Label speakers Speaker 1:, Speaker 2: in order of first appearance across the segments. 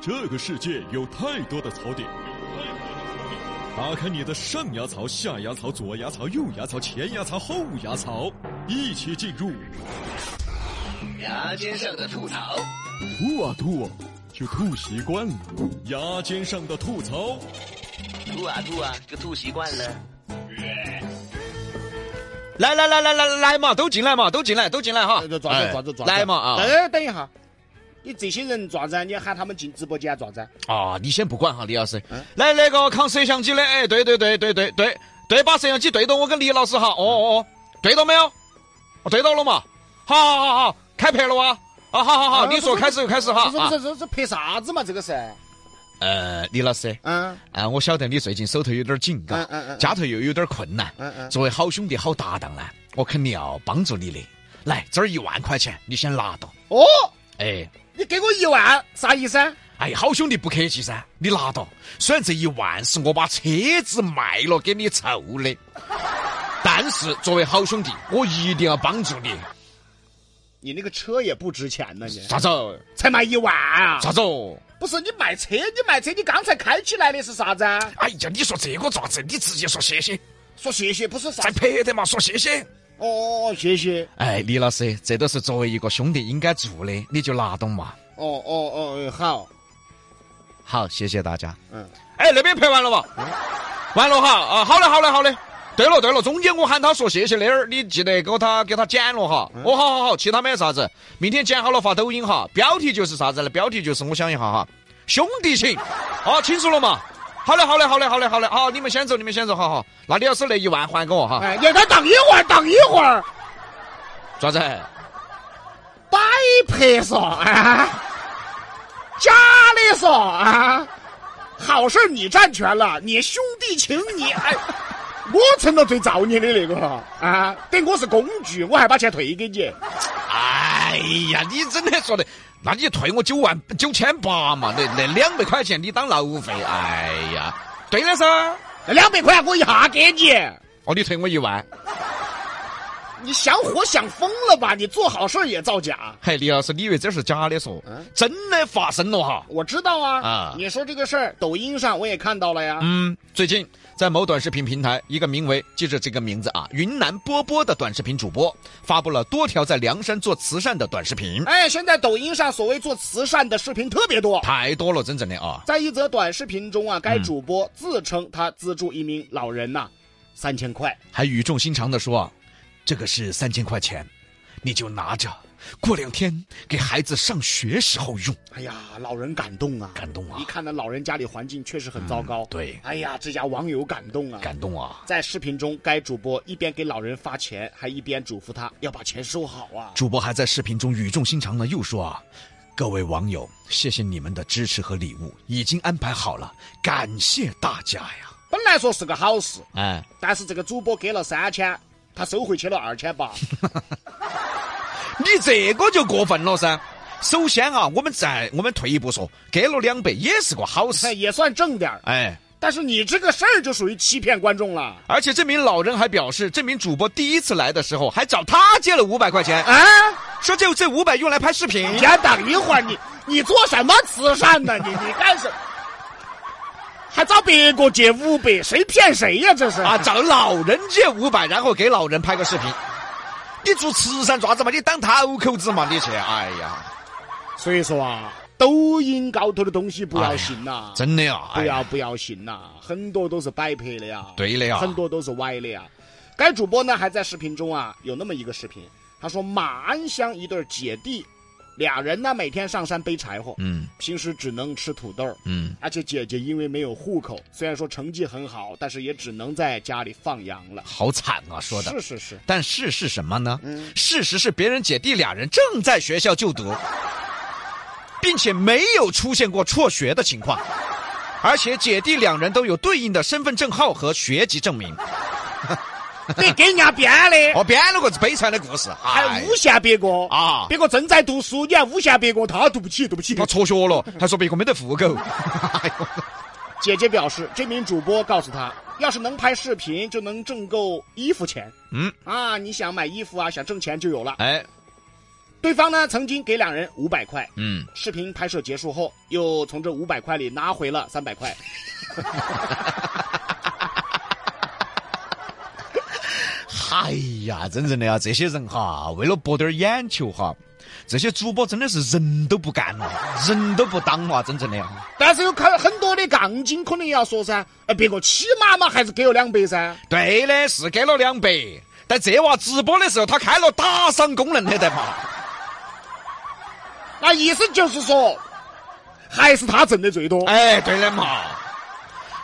Speaker 1: 这个世界有太多的槽点。打开你的上牙槽、下牙槽、左牙槽、右牙槽、前牙槽、后牙槽，一起进入
Speaker 2: 牙尖上的吐槽，
Speaker 1: 吐啊吐啊，就吐习惯了。牙尖上的吐槽，
Speaker 2: 吐啊吐啊，就吐习惯了。
Speaker 3: 来来来来来来嘛，都进来嘛，都进来，都进来哈
Speaker 4: 哎。这咋
Speaker 3: 哎
Speaker 4: 子咋子咋子？
Speaker 3: 来嘛啊
Speaker 4: 哎，等一下，你这些人咋子啊？你喊他们进直播间咋子啊？
Speaker 3: 啊，你先不管哈，李老师。来，那个扛摄像机的，哎，对对对对对对对，把摄像机对到我跟李老师哈。哦哦哦，对到没有？哦，对到了嘛。好好好好，开拍了哇！啊，好好好，
Speaker 4: 啊
Speaker 3: 你说
Speaker 4: 不是
Speaker 3: 开始就开始哈。
Speaker 4: 不是不是，这这拍啥子嘛？这个是，
Speaker 3: 啊呃，李老师，
Speaker 4: 嗯
Speaker 3: 啊，我晓得你最近手头有点紧，嘎
Speaker 4: 嗯嗯嗯，嗯
Speaker 3: 家头又有点困难。
Speaker 4: 嗯嗯，
Speaker 3: 作为好兄弟、好搭档呢，我肯定要帮助你的。来，这儿一万块钱，你先拿到。
Speaker 4: 哦，
Speaker 3: 哎，
Speaker 4: 你给我一万，啥意思啊？
Speaker 3: 哎，好兄弟不客气噻，你拿到。虽然这一万是我把车子卖了给你凑的，但是作为好兄弟，我一定要帮助你。
Speaker 4: 你那个车也不值钱呢，你
Speaker 3: 啥子？
Speaker 4: 才卖一万啊？
Speaker 3: 啥子？
Speaker 4: 不是你卖车，你卖车，你刚才开起来的是啥子啊？
Speaker 3: 哎呀，你说这个咋子？你直接说谢谢，
Speaker 4: 说谢谢，不是啥
Speaker 3: 再？拍的嘛，说谢谢。
Speaker 4: 哦，谢谢，
Speaker 3: 哎，李老师，这都是作为一个兄弟应该做的，你就拿懂嘛。
Speaker 4: 哦哦哦，好，
Speaker 3: 好，谢谢大家。
Speaker 4: 嗯，
Speaker 3: 哎，那边拍完了吧？完了哈啊！好嘞，好嘞，好嘞。对了，对了，中间我喊他说谢谢那儿，你记得给他给他剪了哈。哦，好好好，其他没啥子，明天剪好了发抖音哈。标题就是啥子呢？标题就是我想一下哈，兄弟 情。好、清楚了嘛？好嘞，好嘞，好嘞，好嘞，好嘞。好，你们先走，你们先走，好好。那李老师那一万还给我哈。
Speaker 4: 哎，你再等一会儿，等一会儿，
Speaker 3: 爪子？
Speaker 4: 摆拍说 啊，假的说啊，好事儿你占全了，你兄弟情你 哎，我成了最造孽的那个了啊，等我是工具，我还把钱退给你，
Speaker 3: 哎呀，你真的说的，那你退我九万九千八嘛？那那两百块钱你当劳务费？哎呀，对的噻。
Speaker 4: 那两百块我一下给你。
Speaker 3: 哦，你退我一万。
Speaker 4: 你想火想疯了吧？你做好事儿也造假。
Speaker 3: 嘿，李老师，你以为这是假的说？真的发生了哈。
Speaker 4: 我知道啊，
Speaker 3: 啊
Speaker 4: 你说这个事儿，抖音上我也看到了呀。
Speaker 3: 嗯，最近在某短视频平台，一个名为记着这个名字啊，云南波波的短视频主播发布了多条在凉山做慈善的短视频，
Speaker 4: 哎，现在抖音上所谓做慈善的视频特别多。
Speaker 3: 太多了，真正的啊。
Speaker 4: 在一则短视频中啊，该主播自称他资助一名老人呐、三千块。
Speaker 3: 还语重心长地说：“这个是三千块钱，你就拿着，过两天给孩子上学时候用。
Speaker 4: 哎呀，老人感动啊，
Speaker 3: 感动啊
Speaker 4: 一看那老人家里环境确实很糟糕。
Speaker 3: 对
Speaker 4: 哎呀，这家网友感动啊”。
Speaker 3: 感动啊！
Speaker 4: 在视频中，该主播一边给老人发钱，还一边嘱咐他要把钱收好啊。
Speaker 3: 主播还在视频中语重心长的又说啊：“各位网友，谢谢你们的支持和礼物，已经安排好了，感谢大家呀！”
Speaker 4: 本来说是个好事，
Speaker 3: 哎，
Speaker 4: 但是这个主播给了三千，他收回去了二千 八。
Speaker 3: 你这个就过分了噻。首先啊，我们再我们退一步说，给了两百也是个好
Speaker 4: 哎，
Speaker 3: 事。
Speaker 4: 也算挣点儿，
Speaker 3: 哎，
Speaker 4: 但是你这个事儿就属于欺骗观众了。
Speaker 3: 而且这名老人还表示，这名主播第一次来的时候还找他借了五百块钱，
Speaker 4: 啊！
Speaker 3: 说就这五百用来拍视频
Speaker 4: 你。先等一会儿，你你做什么慈善呢？你你干什么？还找别个借五百，谁骗谁呀、这是
Speaker 3: 啊，找老人借五百，然后给老人拍个视频。你做慈善爪子嘛？你当讨口子嘛？你去，哎呀！
Speaker 4: 所以说啊，抖音高头的东西不要信呐、
Speaker 3: 哎真的呀，
Speaker 4: 不
Speaker 3: 哎
Speaker 4: 要
Speaker 3: 呀，
Speaker 4: 不要信呐、很多都是摆拍的呀，
Speaker 3: 对的呀，
Speaker 4: 很多都是歪的呀。该主播呢还在视频中啊有那么一个视频，他说马鞍乡一对儿姐弟，俩人呢每天上山背柴火，
Speaker 3: 嗯
Speaker 4: 平时只能吃土豆儿。
Speaker 3: 嗯，
Speaker 4: 而且姐姐因为没有户口，虽然说成绩很好，但是也只能在家里放羊了。
Speaker 3: 好惨啊，说的。
Speaker 4: 是 是是，
Speaker 3: 但事实是什么呢？事实是别人姐弟俩人正在学校就读，并且没有出现过辍学的情况，而且姐弟两人都有对应的身份证号和学籍证 明。
Speaker 4: 你给人家编的，
Speaker 3: 我编了个悲惨的故事，
Speaker 4: 还
Speaker 3: 哎
Speaker 4: 诬，陷别个
Speaker 3: 啊
Speaker 4: 别个正在读书，你还诬陷别个，他对不起，对不起
Speaker 3: 他。辍学 了，还说别个没得户口。哎呦
Speaker 4: 姐姐表示，这名主播告诉她，要是能拍视频，就能挣够衣服钱
Speaker 3: 嗯，
Speaker 4: 啊！你想买衣服啊，想挣钱就有了。
Speaker 3: 哎，
Speaker 4: 对方呢曾经给两人五百块，
Speaker 3: 嗯，
Speaker 4: 视频拍摄结束后，又从这五百块里拿回了三百块。
Speaker 3: 哎呀，真正的啊，这些人哈，为了博点眼球哈，这些主播真的是人都不干了，人都不当了，真正的呀。
Speaker 4: 但是有很很多的杠精可能也要说噻，哎，别个起码嘛还是给了两百噻。
Speaker 3: 对的，是给了两百，但这娃直播的时候他开了打赏功能的得嘛？
Speaker 4: 那意思就是说，还是他挣的最多。
Speaker 3: 哎，对的嘛。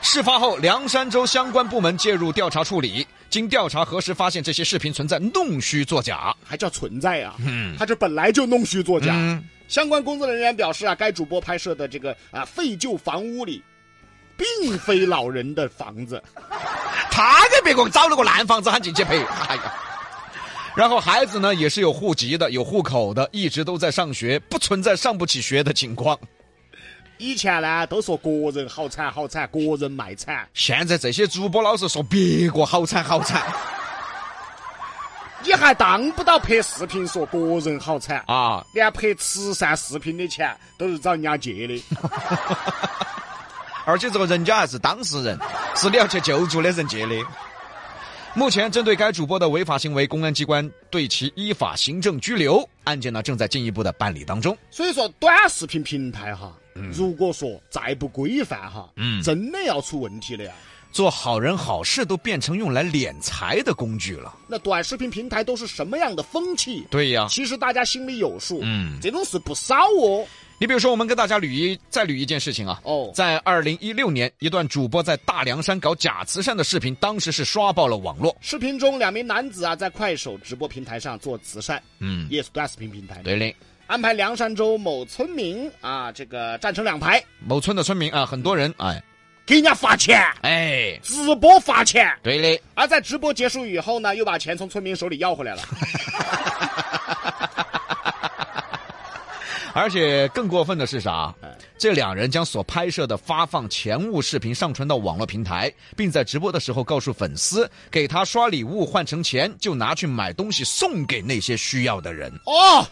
Speaker 3: 事发后，凉山州相关部门介入调查处理，经调查核实，发现这些视频存在弄虚作假。
Speaker 4: 还叫存在啊？
Speaker 3: 嗯
Speaker 4: 他这本来就弄虚作假。
Speaker 3: 嗯
Speaker 4: 相关工作人员表示啊，该主播拍摄的这个啊废旧房屋里，并非老人的房子。
Speaker 3: 他给别个找了个烂房子喊进去赔，哎呀！然后孩子呢也是有户籍的，有户口的，一直都在上学，不存在上不起学的情况。
Speaker 4: 以前呢都说个人好惨好惨，个人卖惨。
Speaker 3: 现在这些主播老是说别个好惨好惨
Speaker 4: 你还当不到拍视频说个人好惨，
Speaker 3: 啊！
Speaker 4: 连拍慈善视频的钱都是找人家借的。
Speaker 3: 而且这个人家还是当事人，是你要去救助的人借的。目前针对该主播的违法行为，公安机关对其依法行政拘留，案件呢正在进一步的办理当中。
Speaker 4: 所以说，短视频平台哈，如果说再不规范哈，
Speaker 3: 嗯
Speaker 4: 真的要出问题的呀。
Speaker 3: 做好人好事都变成用来敛财的工具了。
Speaker 4: 那短视频平台都是什么样的风气？
Speaker 3: 对呀
Speaker 4: 其实大家心里有数，
Speaker 3: 嗯
Speaker 4: 这种事不少哦。
Speaker 3: 你比如说，我们跟大家捋一再捋一件事情啊。
Speaker 4: 哦
Speaker 3: 在二零一六年，一段主播在大凉山搞假慈善的视频，当时是刷爆了网络。
Speaker 4: 视频中，两名男子啊在快手直播平台上做慈善，
Speaker 3: 嗯，
Speaker 4: 也是短视频平台，，
Speaker 3: 对嘞，
Speaker 4: 安排凉山州某村民啊，这个站成两排，
Speaker 3: 某村的村民啊，很多人，哎
Speaker 4: 给人家发钱，
Speaker 3: 哎，
Speaker 4: 直播发钱，
Speaker 3: 对嘞，
Speaker 4: 而在直播结束以后呢，又把钱从村民手里要 回来了。
Speaker 3: 而且更过分的是啥？
Speaker 4: 哎
Speaker 3: 这两人将所拍摄的发放钱物视频上传到网络平台，并在直播的时候告诉粉丝，给他刷礼物换成钱，就拿去买东西送给那些需要的人。
Speaker 4: 哦，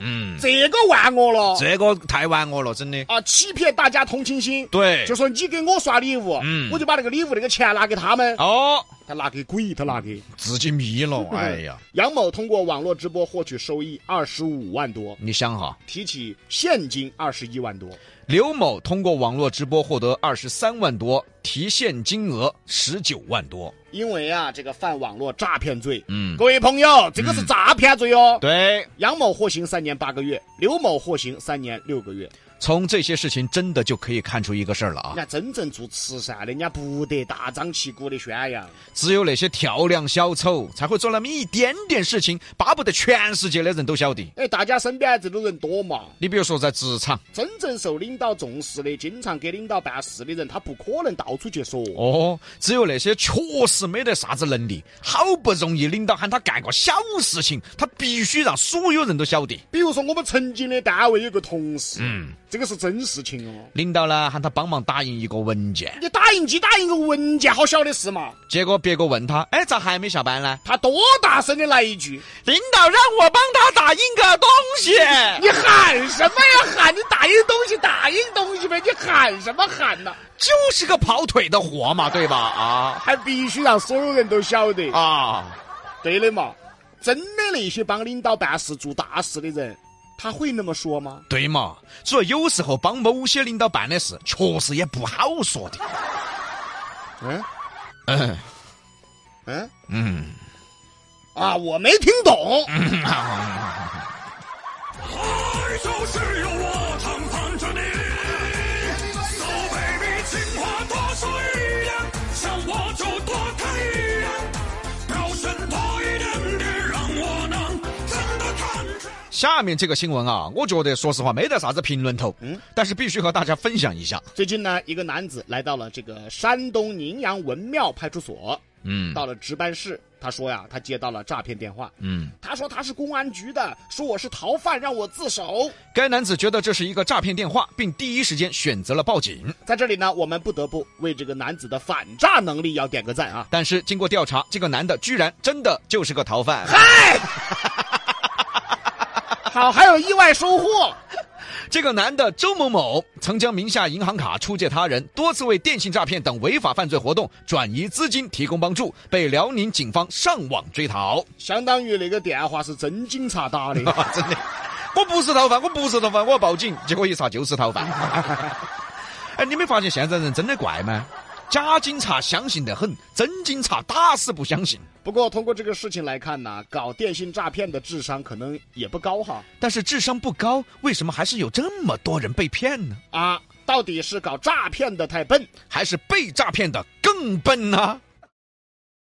Speaker 3: 嗯，
Speaker 4: 这个玩我了，
Speaker 3: 这个太玩我了，真的。
Speaker 4: 啊，欺骗大家同情心。
Speaker 3: 对
Speaker 4: 就说你给我刷礼物，
Speaker 3: 嗯
Speaker 4: 我就把那个礼物那个钱拿给他们，
Speaker 3: 哦，
Speaker 4: 他拿给鬼，他拿给。
Speaker 3: 自己迷了，哎呀。
Speaker 4: 杨某通过网络直播获取收益二十五万多，
Speaker 3: 你想哈，
Speaker 4: 提起现金二十一万多，
Speaker 3: 刘某通过网络直播获得二十三万多，提现金额十九万多。
Speaker 4: 因为啊，这个犯网络诈骗罪。
Speaker 3: 嗯，
Speaker 4: 各位朋友，这个是诈骗罪哦。
Speaker 3: 对，
Speaker 4: 杨某获刑三年八个月，刘某获刑三年六个月。
Speaker 3: 从这些事情真的就可以看出一个事儿了啊
Speaker 4: 人，家真正做慈善的，人家不得大张旗鼓的宣扬。
Speaker 3: 只有那些跳梁小丑才会做那么一点点事情，巴不得全世界的人都晓得。
Speaker 4: 哎，大家身边这种人多嘛，
Speaker 3: 你比如说在职场，
Speaker 4: 真正受领导重视的，经常给领导办事的人，他不可能到处去说。
Speaker 3: 哦，只有那些确实没得啥子能力，好不容易领导喊他干个小事情，他必须让所有人都晓得。
Speaker 4: 比如说，我们曾经的单位有个同事，
Speaker 3: 嗯
Speaker 4: 这个是真事情哦。
Speaker 3: 领导呢喊他帮忙打印一个文件，
Speaker 4: 你打印机打印个文件，好小的事嘛。
Speaker 3: 结果别个问他，哎，咋还没下班呢？
Speaker 4: 他多大声的来一句，
Speaker 3: 领导让我帮他打印个东西。
Speaker 4: 你喊什么呀？喊你打印东西，打印东西呗！你喊什么喊呐？
Speaker 3: 就是个跑腿的活嘛，对吧？啊
Speaker 4: 还必须让所有人都晓得。
Speaker 3: 啊，
Speaker 4: 对的嘛，真的那些帮领导办事、做大事的人，他会那么说吗？
Speaker 3: 对嘛。所以有时候帮某些领导办的事，确实也不好说的。
Speaker 4: 嗯
Speaker 3: 嗯
Speaker 4: 嗯
Speaker 3: 嗯，
Speaker 4: 啊，我没听懂。
Speaker 5: 爱就是要我躺盼着你，So baby，情话多说一点，想我就多看一眼，表现多一点点，让我能真的看见。
Speaker 3: 下面这个新闻啊，我觉得说实话没得啥子评论头，嗯，但是必须和大家分享一下。
Speaker 4: 最近呢，一个男子来到了这个山东宁阳文庙派出所，
Speaker 3: 嗯
Speaker 4: 到了值班室，他说呀，他接到了诈骗电话。
Speaker 3: 嗯，
Speaker 4: 他说他是公安局的，说我是逃犯，让我自首。
Speaker 3: 该男子觉得这是一个诈骗电话，并第一时间选择了报警。
Speaker 4: 在这里呢，我们不得不为这个男子的反诈能力要点个赞啊！
Speaker 3: 但是经过调查，这个男的居然真的就是个逃犯。
Speaker 4: 好，还有意外收获。
Speaker 3: 这个男的周某某曾将名下银行卡出借他人，多次为电信诈骗等违法犯罪活动转移资金提供帮助，被辽宁警方上网追逃。
Speaker 4: 相当于那个电话是真警察打的，
Speaker 3: 啊真的，我不是逃犯，我不是逃犯，我要报警。结果一查就是逃犯。 哎，你没发现现在人真的怪吗？假警察相信得很，真警察打死不相信。
Speaker 4: 不过通过这个事情来看呢，搞电信诈骗的智商可能也不高哈。
Speaker 3: 但是智商不高，为什么还是有这么多人被骗呢？
Speaker 4: 啊，到底是搞诈骗的太笨，
Speaker 3: 还是被诈骗的更笨呢、啊